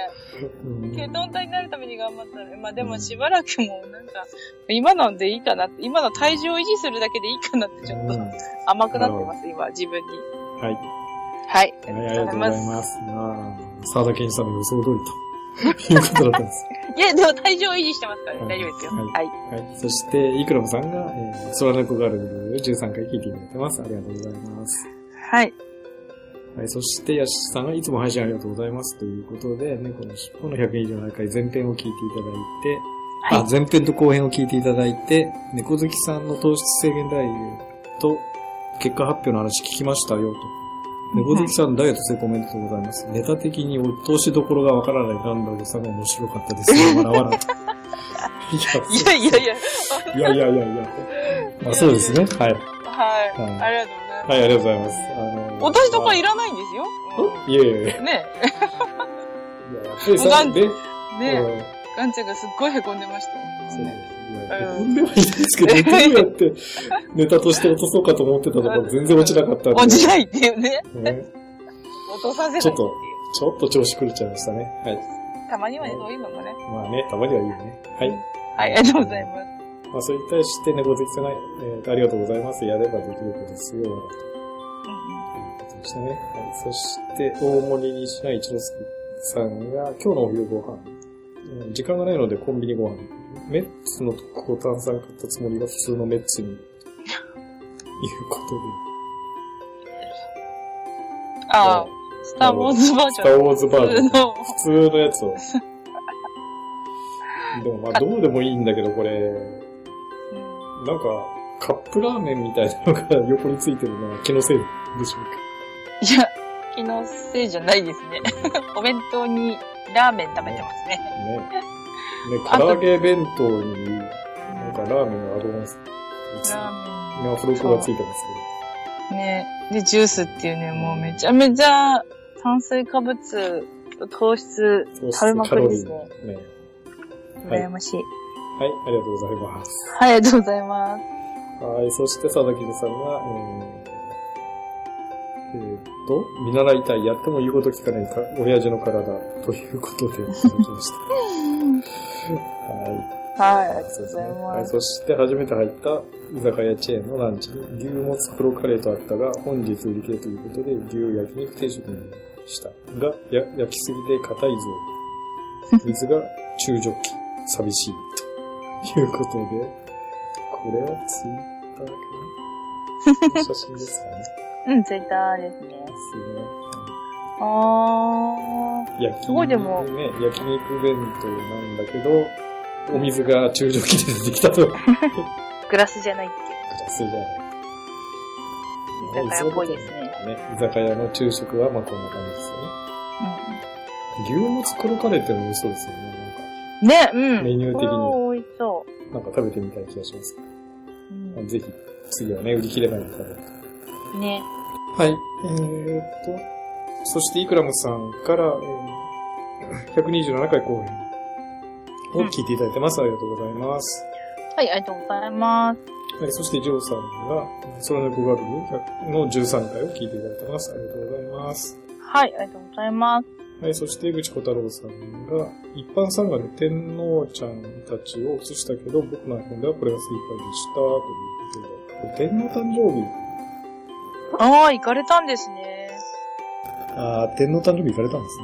Speaker 1: うん
Speaker 2: ケトン体になるために頑張ったので、まあでもしばらくもうなんか、今のでいいかなって、今の体重を維持するだけでいいかなって、ちょっ
Speaker 1: うん
Speaker 2: と甘くなってます、今、自分に。
Speaker 1: はい。
Speaker 2: はい。
Speaker 1: はい、ありがとうございます。まあ、沢田健一さんの予想通りということだったんです。
Speaker 2: いや、でも体重を維持してますからね、大丈夫ですよ。
Speaker 1: はい
Speaker 2: はい。
Speaker 1: はい。そして、イクラムさんが、えー、ソラネコガルル13回聞いていただいてます。ありがとうございます。
Speaker 2: はい。
Speaker 1: はい。そして、ヤシさんがいつも配信ありがとうございます。ということで、猫の尻尾の127回前編を聞いていただいて、
Speaker 2: はい
Speaker 1: あ前編と後編を聞いていただいて、猫好きさんの糖質制限ダイエット、結果発表の話聞きましたよと。猫好きさん、ダイエット成功おめでとうございます。ネタ的に落としどころがわからないランダムさんが面白かったですよ。わらわらと。
Speaker 2: いやいやいや、
Speaker 1: いやいやいやいや。まあそうですね。はい。
Speaker 2: はい。
Speaker 1: はい
Speaker 2: ありがと
Speaker 1: はい、ありがとう
Speaker 2: うございます。
Speaker 1: ございます。あの
Speaker 2: 落としどころいらないんですよ。
Speaker 1: いやいやいや。いや
Speaker 2: うんね
Speaker 1: やっぱりさ、で、
Speaker 2: え。ねえ。ガンちゃんがすっごい凹んでました
Speaker 1: うん
Speaker 2: よ
Speaker 1: そうい
Speaker 2: ね。
Speaker 1: や飛んではいないですけど、どうやってネタとして落とそうかと思ってたところ全然落ちなかったんで。
Speaker 2: 落ちないっていうね。
Speaker 1: ね
Speaker 2: 落とさせないっ
Speaker 1: ち
Speaker 2: てい
Speaker 1: ょっと
Speaker 2: う。
Speaker 1: ちょっと調子狂っちゃいましたね。はい。
Speaker 2: たまにはね、そういうのもね。
Speaker 1: まあね、たまにはいいよね。はい。
Speaker 2: はい、ありがとうございます。
Speaker 1: まあ、それに対して、猫好きさんが、えーありがとうございます。やればできることですよ。ということでしたね。はい。そして、大盛りにしない一之輔さんが、今日のお昼ご飯、うん時間がないのでコンビニご飯。メッツの特攻炭酸買ったつもりが普通のメッツに。いうことで。
Speaker 2: ああ、スター・ウォーズバージ
Speaker 1: スター
Speaker 2: ョン。
Speaker 1: ウォーズバージョン。
Speaker 2: の。
Speaker 1: 普通のやつを。 でもまあ、どうでもいいんだけど、これ、なんか、カップラーメンみたいなのが 横についてるのは気のせいでしょうか。
Speaker 2: いや、気のせいじゃないですね。お弁当にラーメン食べてますね。
Speaker 1: ね。ね、唐揚げ弁当に、なんかラーメンがあります。
Speaker 2: ラー
Speaker 1: ね、付録がついてます
Speaker 2: メン。ね。で、ジュースっていうね、もうめちゃめちゃ炭水化物と糖質、
Speaker 1: けど。
Speaker 2: 食べまくりですね
Speaker 1: 糖質カロリーね。はい
Speaker 2: 羨ましい。
Speaker 1: はい、ありがとうございます。
Speaker 2: はい、ありがとうございます。
Speaker 1: はい、そして佐々木さんが、えー、えーと、見習いたい、やっても言うこと聞かないか、親父の体、ということで、いただきま した。はい。
Speaker 2: はい、ありがとうございま
Speaker 1: はい
Speaker 2: す。
Speaker 1: そして初めて入った居酒屋チェーンのランチに牛もつ黒カレーとあったが、本日売り切れということで牛焼肉定食にした。が、や焼きすぎて硬いぞ。水が中ジョッキ、寂しい。ということで、これはツイッターかな写真ですかね。
Speaker 2: うん、ツイッターですね。
Speaker 1: すね。
Speaker 2: あー。
Speaker 1: 焼き
Speaker 2: すご
Speaker 1: 肉
Speaker 2: いでも
Speaker 1: ね、焼肉弁当なんだけど、お水が中ジョッキで出てきたと。
Speaker 2: グラスじゃないっていう。
Speaker 1: それじゃない。
Speaker 2: 居酒屋っぽいですね。
Speaker 1: ね、居酒屋の昼食はまあこんな感じですよね。牛もつ黒カレーってのも美味しそうですよね。
Speaker 2: うん。ね、うん。
Speaker 1: メニュー的に
Speaker 2: これは美味しそ
Speaker 1: なんか、なんか食べてみたい気がします。
Speaker 2: う。うん
Speaker 1: ぜひ、次はね、売り切れないから。
Speaker 2: ね。
Speaker 1: はい。えー、っと、そしてイクラムさんから、えー、127回公演を聞いていただいてます。ありがとうございます。
Speaker 2: はい、ありがとうございます。
Speaker 1: はい、そしてジョーさんが、空の語学部の13回を聞いていただいてます。ありがとうございます。
Speaker 2: はい、ありがとうございます。
Speaker 1: はい、そして江口小太郎さんが、一般参賀で天皇ちゃんたちを映したけど、僕の iPhone ではこれが精一杯でした、ということで。これ天皇誕生日
Speaker 2: あー、行かれたんですね。
Speaker 1: あー、天皇誕生日行かれたんです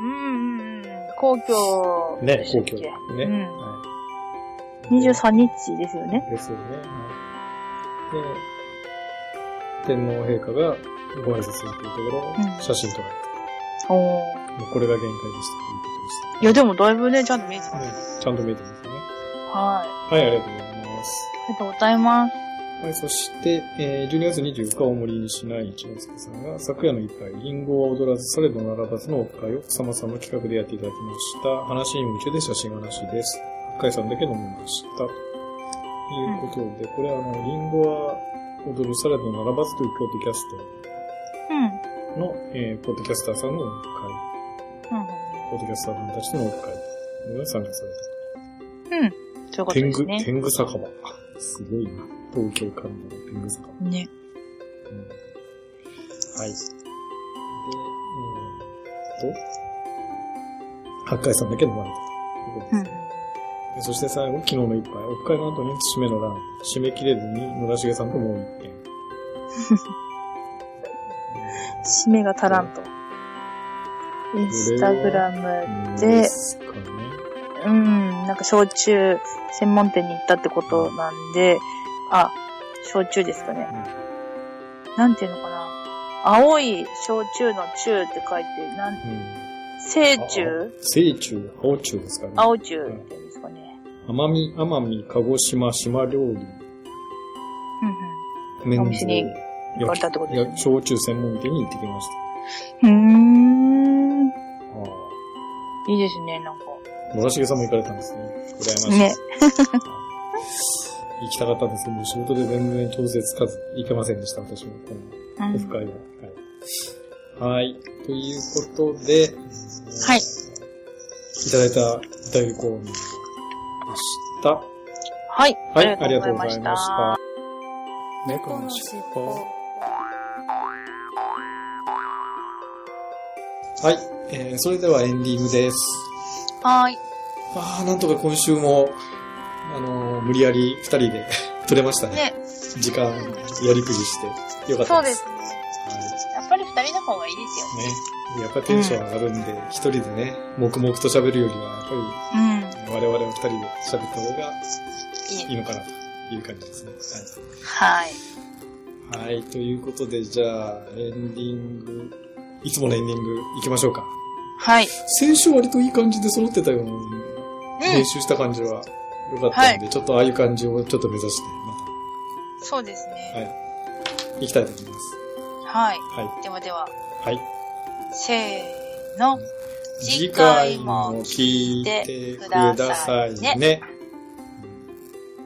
Speaker 2: うんうんうん。皇居
Speaker 1: ね。
Speaker 2: で
Speaker 1: ね、
Speaker 2: した
Speaker 1: 皇
Speaker 2: っ
Speaker 1: 居。
Speaker 2: け
Speaker 1: ね。
Speaker 2: うん
Speaker 1: はい。
Speaker 2: 23日ですよね。
Speaker 1: ですよね。はい、で、天皇陛下がご挨拶するというところ、
Speaker 2: うん
Speaker 1: 写真撮られ
Speaker 2: おー
Speaker 1: た。もうこれが限界でした、ということでした。
Speaker 2: いや、でもだいぶね、ちゃんと見えてます。
Speaker 1: はい、ちゃんと見えてますね。
Speaker 2: はい。
Speaker 1: はい、ありがとうございます。
Speaker 2: ありがとうございます。
Speaker 1: はい、そして、えー、12月24日、大森にしない一之輔さんが、昨夜の一杯、リンゴは踊らず、されどならばずのオフ会を、さまさま企画でやっていただきました。話に夢中で写真がなしです。深井さんだけ飲みました。ということで、これはあの、リンゴは踊るされどならばずというポッドキャス
Speaker 2: うん。うん
Speaker 1: トの、えー、ポッドキャスターさんのオフ会、ポッドキャスターさんたちのオフ会が参加された。
Speaker 2: うん。うん。そういうこと
Speaker 1: 天
Speaker 2: です
Speaker 1: 狗、
Speaker 2: ね。
Speaker 1: 天狗酒場。すごいな。東京観光の天狗酒場。
Speaker 2: ね。
Speaker 1: うんはい。で、うんと、八海さんだけ飲まれたということですね
Speaker 2: うん。。
Speaker 1: でそして最後、昨日の一杯、オフ会の後に締めの欄、締め切れずに野田茂さんともう一軒。
Speaker 2: 締めが足らんと。インスタグラ
Speaker 1: うん
Speaker 2: ム
Speaker 1: で
Speaker 2: で、
Speaker 1: すかね。
Speaker 2: うん、なんか焼酎専門店に行ったってことなんで、あ、焼酎ですかね。なんていうのかな。青い焼酎の酎って書いて、なん、
Speaker 1: うん。
Speaker 2: 清酎
Speaker 1: 青中、青中ですかね。
Speaker 2: 青酎っていうんですかね。
Speaker 1: 奄美、奄美、鹿児島、島料理、
Speaker 2: うん
Speaker 1: 麺
Speaker 2: お店に行かれたってことですね
Speaker 1: 焼酎専門店に行ってきました。
Speaker 2: うん。うーん。
Speaker 1: ああ。
Speaker 2: いいですね、なんか。
Speaker 1: 野田茂さんも行かれたんですね。羨ましい。
Speaker 2: ね。
Speaker 1: 行きたかったんですけど、仕事で全然調整つかず、行けませんでした、私も。こ
Speaker 2: う
Speaker 1: のオ
Speaker 2: ん
Speaker 1: フ会は。はい。はい。ということで、
Speaker 2: はい。
Speaker 1: いただいた大コーナーでした。は
Speaker 2: はい。
Speaker 1: い、ありがとうございました。。猫のしっぽ。はい、えー、それではエンディングです。
Speaker 2: はい。
Speaker 1: ああ、なんとか今週も、あのー無理やり二人で 撮れましたね。
Speaker 2: ね、
Speaker 1: 時間やりくりして、よかっ
Speaker 2: そ
Speaker 1: た
Speaker 2: う
Speaker 1: で
Speaker 2: ですす。ね。
Speaker 1: はい
Speaker 2: やっぱり二人の方がいいですよね。
Speaker 1: ね。やっぱテンション上がるんで、一、人でね、黙々と喋るよりは、
Speaker 2: うん。
Speaker 1: やっぱり我々二人で喋った方が
Speaker 2: いい
Speaker 1: いいのかなという感じですね。
Speaker 2: はい。
Speaker 1: はい。はい、ということで、じゃあ、エンディング、いつものエンディング行きましょうか。
Speaker 2: はい。
Speaker 1: 先週割といい感じで揃ってたような、
Speaker 2: うん。
Speaker 1: 練習した感じは良かったんで、ちょっとああいう感じをちょっと目指して、ま
Speaker 2: そうですね。
Speaker 1: 行きたいと思います。
Speaker 2: はい。
Speaker 1: は
Speaker 2: ではでは、
Speaker 1: い。はい。
Speaker 2: せーの。
Speaker 1: 次回も聞いてくださいね。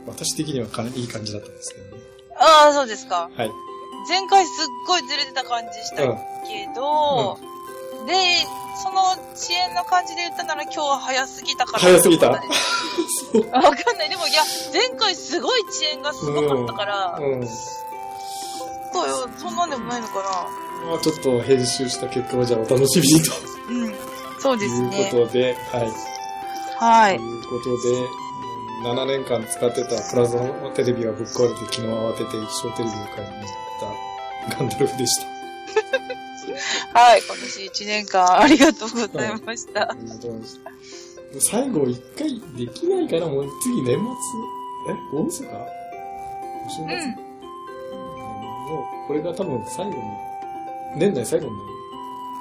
Speaker 1: 私的にはかないい感じだったんですけどね。
Speaker 2: ああ、そうですか。
Speaker 1: はい。
Speaker 2: 前回すっごいずれてた感じしたけど、で、その遅延の感じで言ったなら今日は早すぎたから。
Speaker 1: 早すぎた
Speaker 2: わかんない。でもいや、前回すごい遅延がすごかったから、
Speaker 1: うん。うん。
Speaker 2: そうよ、そんなんでもないのかな。
Speaker 1: まあちょっと編集した結果をじゃあお楽しみにと
Speaker 2: うん。そうです
Speaker 1: いう
Speaker 2: ね。
Speaker 1: ことで、はい。
Speaker 2: は
Speaker 1: と
Speaker 2: い。
Speaker 1: いうことで、うん7年間使ってたプラズマテレビがぶっ壊れて昨日慌てて液晶テレビを買いに行ったガンダルフでした。
Speaker 2: はい。今年1年間ありがとうございました。
Speaker 1: 最後一回できないからもう次年末え大晦日お正
Speaker 2: う
Speaker 1: 月、
Speaker 2: ん。
Speaker 1: もうこれが多分最後に年内最後になる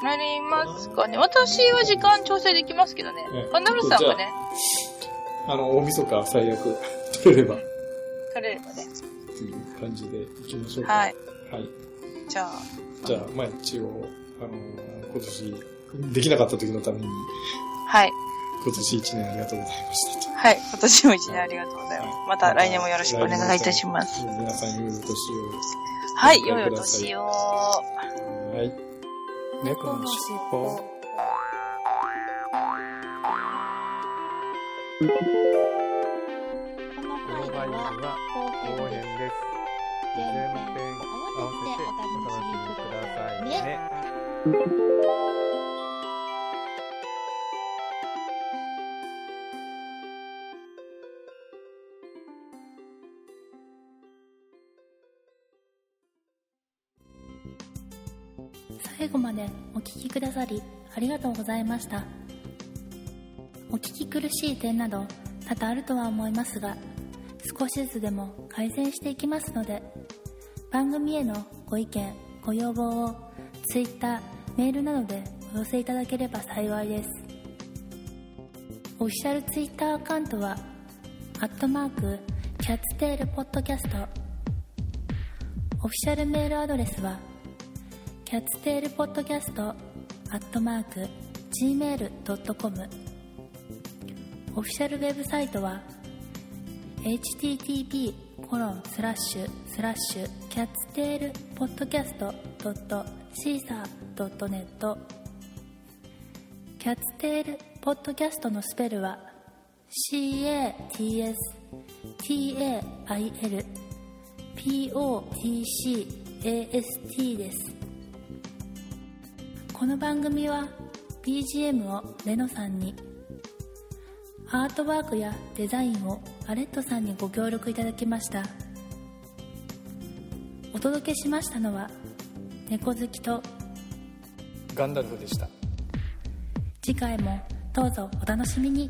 Speaker 2: なりますかね。私は時間調整できますけどね
Speaker 1: ね。
Speaker 2: カンダルさんがね、
Speaker 1: あの大晦日最悪取れればっ
Speaker 2: 取れればね。
Speaker 1: ていう感じでいきましょうか
Speaker 2: はい。
Speaker 1: はい、
Speaker 2: じゃあ、
Speaker 1: じゃあまあ一応あの今年できなかった時のために
Speaker 2: はい。
Speaker 1: 今年一年ありがとうございましたと
Speaker 2: はい。今年も一年ありがとうございます。また来年もよろしくお願いいたします。
Speaker 1: 皆さん良いお年を
Speaker 2: はい。
Speaker 1: お
Speaker 2: 良い
Speaker 1: 願い
Speaker 2: お
Speaker 1: ください
Speaker 2: 年を。
Speaker 1: はい。猫のしっぽ。
Speaker 4: このファイルは後
Speaker 5: 応
Speaker 4: 編
Speaker 5: 援
Speaker 4: です。
Speaker 5: です。
Speaker 4: 前
Speaker 5: 前
Speaker 4: 編
Speaker 5: 編合
Speaker 4: 合
Speaker 5: わ
Speaker 4: わせ
Speaker 5: せ
Speaker 4: て
Speaker 5: て
Speaker 4: お
Speaker 5: お楽
Speaker 4: 楽
Speaker 5: し
Speaker 4: しみ
Speaker 5: み
Speaker 4: くだ
Speaker 5: くだ
Speaker 4: さ
Speaker 5: さ
Speaker 4: い
Speaker 5: い
Speaker 4: ね。
Speaker 5: ね。
Speaker 6: 最後までお聞きくださりありがとうございましたお聞き苦しい点など多々あるとは思いますが少しずつでも改善していきますので番組へのご意見ご要望を Twitter メールなどでお寄せいただければ幸いですオフィシャル Twitter アカウントは「アットマークキャッツテールポッドキャスト」オフィシャルメールアドレスは「キャッツテールポッドキャストアットマーク gmail.com オフィシャルウェブサイトは http コロンスラッシュスラッシュキャッツテールポッドキャストドットシーサードットネットキャッツテールポッドキャストのスペルは CATSTAIL POTCAST ですこの番組は BGM をレノさんにアートワークやデザインをアレットさんにご協力いただきましたお届けしましたのは猫好きと
Speaker 1: ガンダルフでした。
Speaker 6: 次回もどうぞお楽しみに